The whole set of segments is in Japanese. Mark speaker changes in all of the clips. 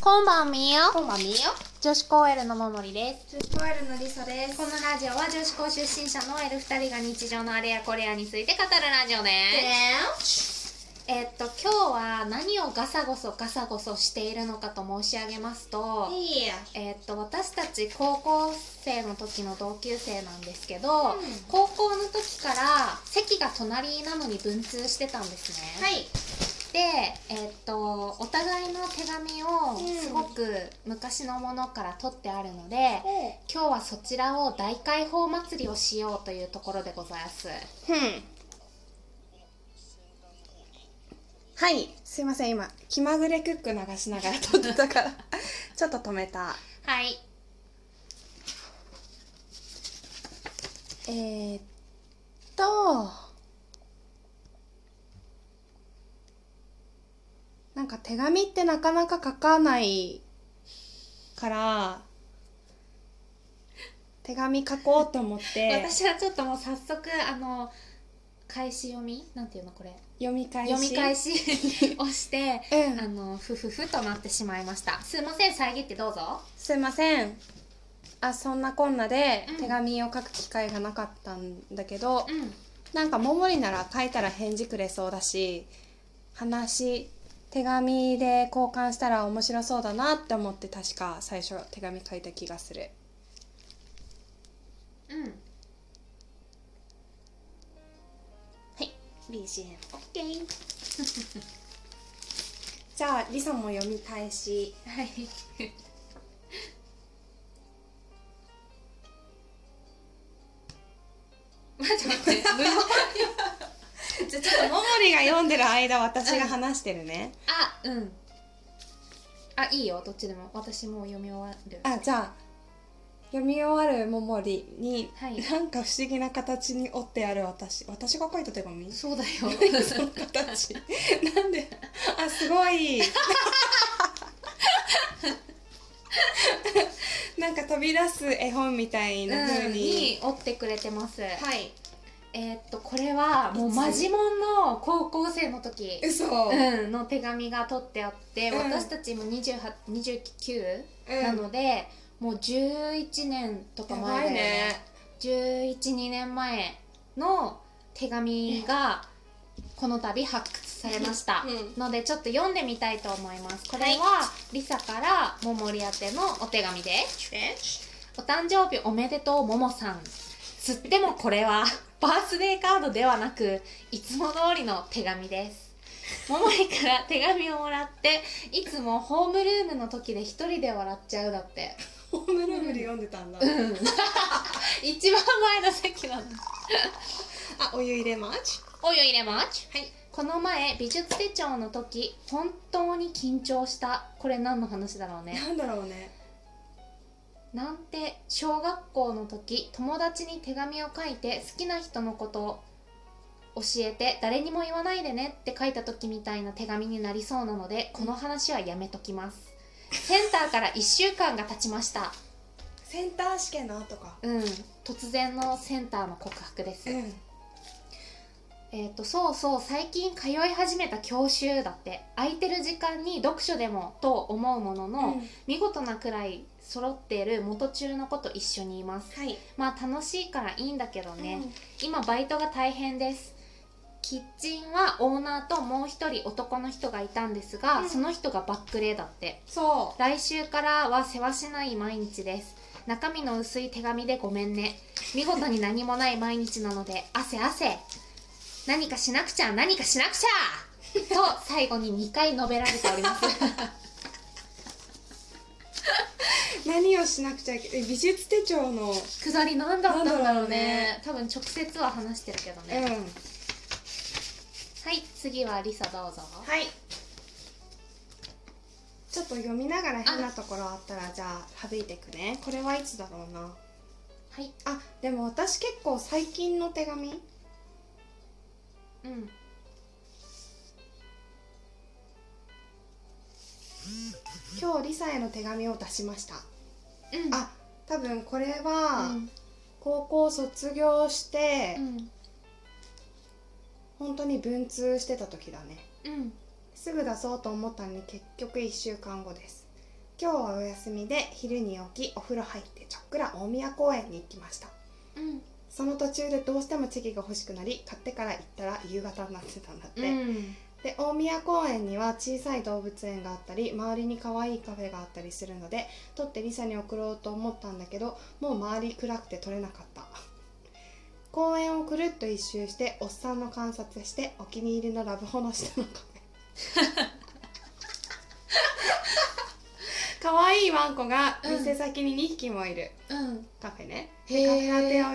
Speaker 1: こんばんみよ。
Speaker 2: こんばんみよ。
Speaker 1: 女子高 L のももりです。
Speaker 2: 女子高 L のりそです。このラジオは女子高出身者の L 二人が日常のあれやこれやについて語るラジオです。えっと今日は何をガサゴソガサゴソしているのかと申し上げますと、
Speaker 1: いいや。
Speaker 2: えっと私たち高校生の時の同級生なんですけど、
Speaker 1: うん
Speaker 2: 高校の時から席が隣なのに文通してたんですね。
Speaker 1: はい。
Speaker 2: で、えーっとお互いの手紙を
Speaker 1: うん
Speaker 2: すごく昔のものから取ってあるので、今日はそちらを大解放祭りをしようというところでございます
Speaker 1: ふん。はい。すいません、今、気まぐれクック流しながら撮ってた から、ちょっと止めた。
Speaker 2: はい
Speaker 1: えー、っと、なんか手紙ってなかなか書かないから、 手紙書こうと思って、
Speaker 2: 私はちょっともう早速あの返し読みなんていうのこれ
Speaker 1: 読み返し。
Speaker 2: 読み返し をして
Speaker 1: うん
Speaker 2: あのふふふとなってしまいましたすいません遮ってどうぞ
Speaker 1: すいませんあそんなこんなで
Speaker 2: うん
Speaker 1: 手紙を書く機会がなかったんだけど、
Speaker 2: うん
Speaker 1: なんか桃りなら書いたら返事くれそうだし話手紙で交換したら面白そうだなって思って確か最初手紙書いた気がする
Speaker 2: うんはい BGMOK
Speaker 1: じゃありさも読み返し
Speaker 2: はい。待って待って。無言じゃあちょっともう
Speaker 1: 桃りが読んでる間私が話してるね、
Speaker 2: あうん。あいいよどっちでも私もう読み終わる。
Speaker 1: あじゃあ読み終わる桃りに、
Speaker 2: はい
Speaker 1: なんか不思議な形に折ってある私私が書いた手紙
Speaker 2: そうだよ。
Speaker 1: その形なんであすごいなんか飛び出す絵本みたいな風
Speaker 2: うん、
Speaker 1: に、
Speaker 2: に折ってくれてます。
Speaker 1: はい
Speaker 2: えーっとこれはもうマジモンの高校生の時。
Speaker 1: 嘘、
Speaker 2: うん、の手紙が取ってあって、
Speaker 1: うん
Speaker 2: 私たちも28 29、
Speaker 1: うん
Speaker 2: なのでもう11年とか
Speaker 1: や
Speaker 2: 前
Speaker 1: ば
Speaker 2: だよ
Speaker 1: い
Speaker 2: ね
Speaker 1: ね
Speaker 2: 112年前の手紙がこの度発掘されました、
Speaker 1: う
Speaker 2: のでちょっと読んでみたいと思いますこれは、リサからももり宛てのお手紙ですお誕生日おめでとうももさんつってもこれは バースデーカードではなくいつも通りの手紙ですももりから手紙をもらっていつもホームルームの時で一人で笑っちゃうだって
Speaker 1: ホームルームで読んでたんだ、
Speaker 2: うん一番前の席なんだ
Speaker 1: あお湯入れます
Speaker 2: お湯入れます
Speaker 1: はい
Speaker 2: この前美術手帳の時本当に緊張したこれ何の話だろうね
Speaker 1: なんだろうね
Speaker 2: なんて小学校の時友達に手紙を書いて好きな人のことを教えて誰にも言わないでねって書いた時みたいな手紙になりそうなのでこの話はやめときますセンターから1週間が経ちました
Speaker 1: センター試験の後か
Speaker 2: うん突然のセンターの告白です、
Speaker 1: うん
Speaker 2: えっ、とそうそう最近通い始めた教習だって空いてる時間に読書でもと思うものの、
Speaker 1: うん
Speaker 2: 見事なくらい揃っている元中の子と一緒にいます
Speaker 1: はい
Speaker 2: まあ楽しいからいいんだけどね、今バイトが大変ですキッチンはオーナーともう一人男の人がいたんですが、
Speaker 1: うん
Speaker 2: その人がバックレーだって
Speaker 1: そう
Speaker 2: 来週からは世話しない毎日です中身の薄い手紙でごめんね見事に何もない毎日なので汗汗何かしなくちゃ何かしなくちゃと最後に2回述べられております
Speaker 1: 何をしなくちゃいけない美術手帳の、
Speaker 2: くだり何だったんだろうね
Speaker 1: なんだろうね
Speaker 2: 多分直接は話してるけど
Speaker 1: うん
Speaker 2: ね、はい次はリサどうぞ
Speaker 1: はい。ちょっと読みながら変なところあったらじゃあ省いていくね。これはいつだろうな。
Speaker 2: はい
Speaker 1: あ、でも私結構最近の手紙
Speaker 2: うん
Speaker 1: 今日リサへの手紙を出しました。
Speaker 2: うん
Speaker 1: あ、多分これ
Speaker 2: う
Speaker 1: は
Speaker 2: ん
Speaker 1: 高校卒業して
Speaker 2: うん
Speaker 1: 本当に文通してた時だね。
Speaker 2: うん
Speaker 1: すぐ出そうと思ったのに結局1週間後です今日はお休みで昼に起きお風呂入ってちょっくら大宮公園に行きました
Speaker 2: うん
Speaker 1: その途中でどうしてもチェキが欲しくなり買ってから行ったら夕方になってたんだって、
Speaker 2: うん
Speaker 1: で大宮公園には小さい動物園があったり周りに可愛いカフェがあったりするので撮ってリサに送ろうと思ったんだけどもう周り暗くて撮れなかった公園をくるっと一周しておっさんの観察してお気に入りのラブホの下のカフェ可愛いワンコが店先に2匹もいる、
Speaker 2: うん
Speaker 1: カフェね
Speaker 2: へ
Speaker 1: カフェラテ
Speaker 2: え
Speaker 1: を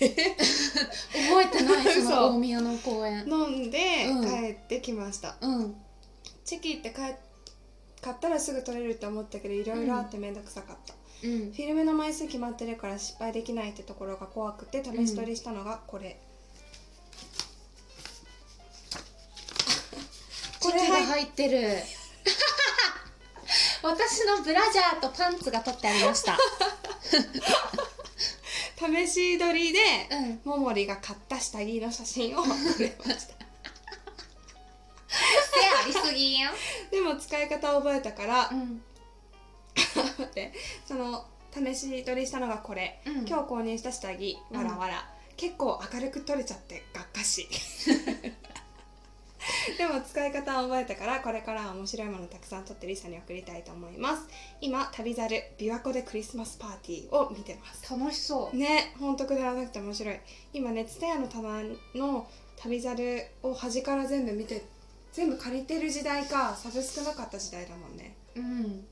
Speaker 2: 覚えてないそ
Speaker 1: 嘘
Speaker 2: の大宮の公園
Speaker 1: 飲んで
Speaker 2: うん
Speaker 1: 帰ってきました、
Speaker 2: うん
Speaker 1: チェキって買え買ったらすぐ取れるって思ったけどいろいろあって面倒くさかった、
Speaker 2: うん
Speaker 1: フィルムの枚数決まってるから失敗できないってところが怖くて試し撮りしたのがこれ、
Speaker 2: こ
Speaker 1: こ
Speaker 2: れ
Speaker 1: れ
Speaker 2: が入ってる 私のブラジャーとパンツが取ってありま した
Speaker 1: 試し撮りで
Speaker 2: うん
Speaker 1: ももりが買った下着の写真 を撮れました
Speaker 2: 癖ありすぎやん
Speaker 1: でも使い方を覚えたから
Speaker 2: うん
Speaker 1: 待ってその試し撮りしたのがこれ、
Speaker 2: うん
Speaker 1: 今日購入した下着
Speaker 2: うん
Speaker 1: わらわら、結構明るく撮れちゃってがっ かしでも使い方を覚えたからこれからは面白いものたくさん撮ってリサに送りたいと思います今旅猿琵琶湖でクリスマスパーティーを見てます
Speaker 2: 楽しそう
Speaker 1: ねほんとくだらなくて面白い今ね蔦屋の棚の旅猿を端から全部見て全部借りてる時代かサブスクなかった時代だもんね
Speaker 2: うん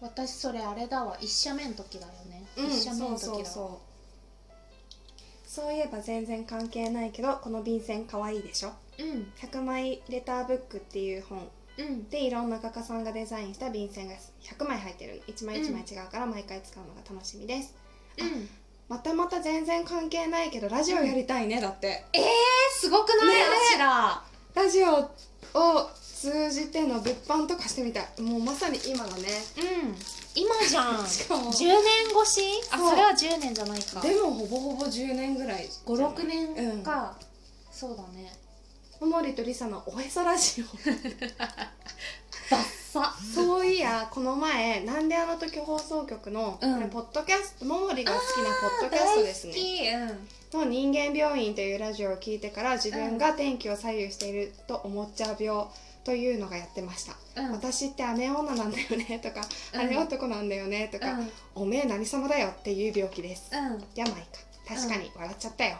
Speaker 2: 私それあれだわ一社目の時だよね、一社目の時だわ
Speaker 1: そうそうそうそういえば全然関係ないけどこの便箋かわいいでしょ
Speaker 2: うん
Speaker 1: 100枚レターブックっていう本
Speaker 2: うん
Speaker 1: でいろんな画家さんがデザインした便箋が100枚入ってるの1枚1枚違うから毎回使うのが楽しみです、
Speaker 2: うん
Speaker 1: またまた全然関係ないけどラジオやりたいねだって
Speaker 2: えー、すごくない、
Speaker 1: ね
Speaker 2: 私ら
Speaker 1: ラジオを通じての物販とかしてみたいもうまさに今だね
Speaker 2: うん今じゃん
Speaker 1: しかも
Speaker 2: 10年越しあ
Speaker 1: そう
Speaker 2: それは10年じゃないか
Speaker 1: でもほぼほぼ10年ぐらい
Speaker 2: 56年か、そうだね
Speaker 1: おもりとりさのおへそラジオ
Speaker 2: バッサ
Speaker 1: そういやこの前なんであの時放送局の、
Speaker 2: うん
Speaker 1: これポッドキャストももりが好きなポッドキャストですね
Speaker 2: 大好き
Speaker 1: の「人間病院」というラジオを聞いてから自分が天気を左右していると思っちゃう病というのがやってました、
Speaker 2: うんうん
Speaker 1: 私って雨女なんだよねとか、
Speaker 2: うん
Speaker 1: 雨男なんだよねとか、おめえ何様だよっていう病気です、
Speaker 2: うんうん
Speaker 1: 病か確かに笑っちゃったよ、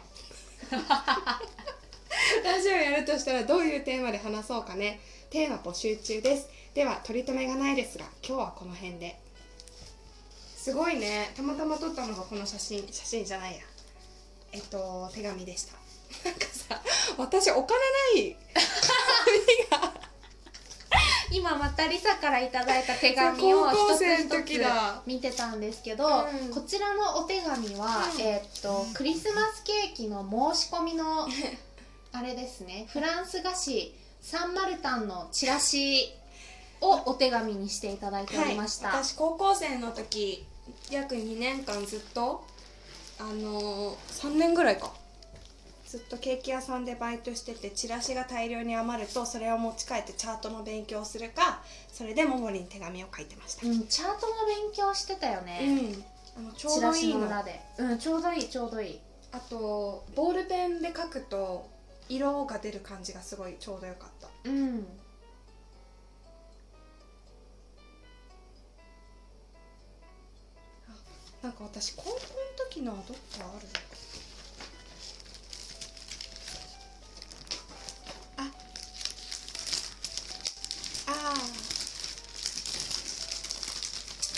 Speaker 1: ラジオやるとしたらどういうテーマで話そうかねテーマ募集中ですでは取り留めがないですが今日はこの辺ですごいねたまたま撮ったのがこの写真写真じゃないやえっと手紙でしたなんかさ私お金ない
Speaker 2: 今またリサからいただいた手紙を
Speaker 1: そう高
Speaker 2: 一
Speaker 1: 校
Speaker 2: つ
Speaker 1: 生の
Speaker 2: 一
Speaker 1: 時だ
Speaker 2: つ見てたんですけど、
Speaker 1: うん
Speaker 2: こちらのお手紙は、
Speaker 1: うん
Speaker 2: えーっとクリスマスケーキの申し込み のあれですねフランス菓子サンマルタンのチラシをお手紙にしていただいておりました、
Speaker 1: 私高校生の時約2年間ずっとあのー、3年ぐらいかずっとケーキ屋さんでバイトしててチラシが大量に余るとそれを持ち帰ってチャートの勉強をするかそれでももりに手紙を書いてました、
Speaker 2: うん、チャートの勉強してたよね、
Speaker 1: ん、あのちょう
Speaker 2: チ
Speaker 1: ど
Speaker 2: ラ
Speaker 1: い
Speaker 2: シ
Speaker 1: い
Speaker 2: の
Speaker 1: の
Speaker 2: 裏で、うん、ちょうどいいちょうどいい
Speaker 1: あとボールペンで書くと色が出る感じがすごいちょうどよかった
Speaker 2: うん
Speaker 1: なんか私高校の時のどっかあるのああ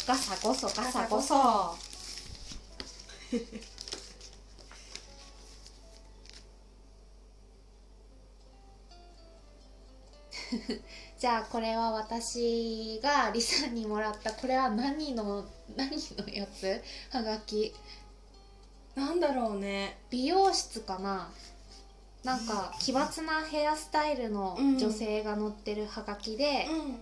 Speaker 2: ガサゴソガサゴソ
Speaker 1: ソ
Speaker 2: じゃあこれは私がリサにもらったこれは何の何のやつはがき
Speaker 1: なんだろうね
Speaker 2: 美容室かななんか奇抜なヘアスタイルの女性が乗ってるはがきで
Speaker 1: ん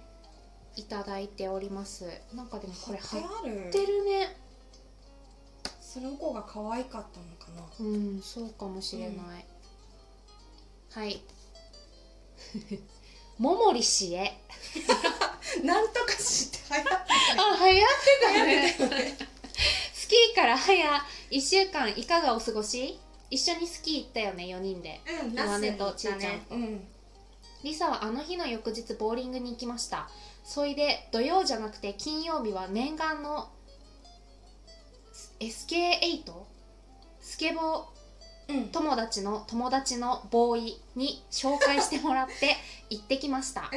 Speaker 2: いただいておりますなんかでもこれ貼っ
Speaker 1: ある
Speaker 2: てるね
Speaker 1: その子が可愛かったのかな
Speaker 2: うんそうかもしれない、はい ももり氏へ
Speaker 1: なんとかして流行って
Speaker 2: スキーから早1週間いかがお過ごし一緒にスキー行ったよね4人で
Speaker 1: うん
Speaker 2: ナッセンと
Speaker 1: とち
Speaker 2: ちーちゃん
Speaker 1: うん
Speaker 2: リサはあの日の翌日ボーリングに行きましたそいで土曜じゃなくて金曜日は念願の SK8 スケボー
Speaker 1: うん
Speaker 2: 友達の友達のボーイに紹介してもらって行ってきました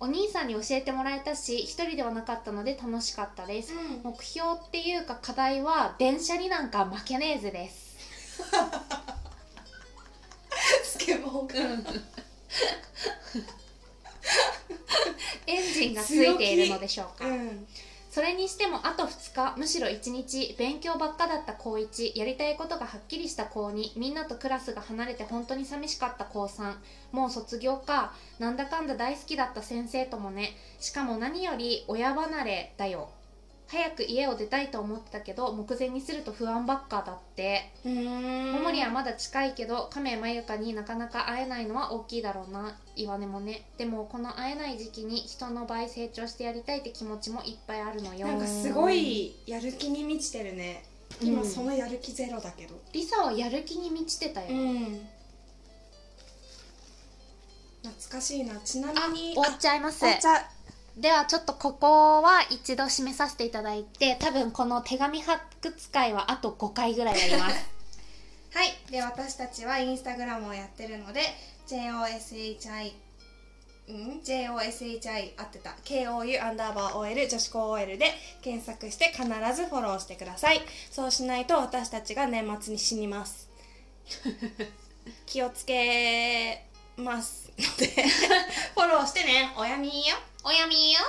Speaker 2: お兄さんに教えてもらえたし一人ではなかったので楽しかったです
Speaker 1: うん
Speaker 2: 目標っていうか課題は電車になんか負けねえぜです
Speaker 1: スケボーか
Speaker 2: エンジンがついているのでしょうか
Speaker 1: うん
Speaker 2: それにしてもあと2日むしろ1日勉強ばっかだった高1やりたいことがはっきりした高2みんなとクラスが離れて本当に寂しかった高3もう卒業かなんだかんだ大好きだった先生ともねしかも何より親離れだよ早く家を出たいと思ってたけど目前にすると不安ばっかだって
Speaker 1: うん
Speaker 2: 桃リはまだ近いけど亀まゆかになかなか会えないのは大きいだろうな岩根もねでもこの会えない時期に人の倍成長してやりたいって気持ちもいっぱいあるのよ
Speaker 1: なんかすごいやる気に満ちてるね今そのやる気ゼロだけど
Speaker 2: リサはやる気に満ちてたよ、
Speaker 1: ん懐かしいなちな
Speaker 2: あ
Speaker 1: みに
Speaker 2: 終わっちゃいます
Speaker 1: 終わっちゃう
Speaker 2: ではちょっとここは一度締めさせていただいて多分この手紙発掘会はあと5回ぐらいやります
Speaker 1: はいで私たちはインスタグラムをやってるので JOSHI うん JOSHI 合ってた KOU アンダーバー OL 女子高 OL で検索して必ずフォローしてくださいそうしないと私たちが年末に死にます 気をつけますのでフォローしてねおやみよ
Speaker 2: おやみよ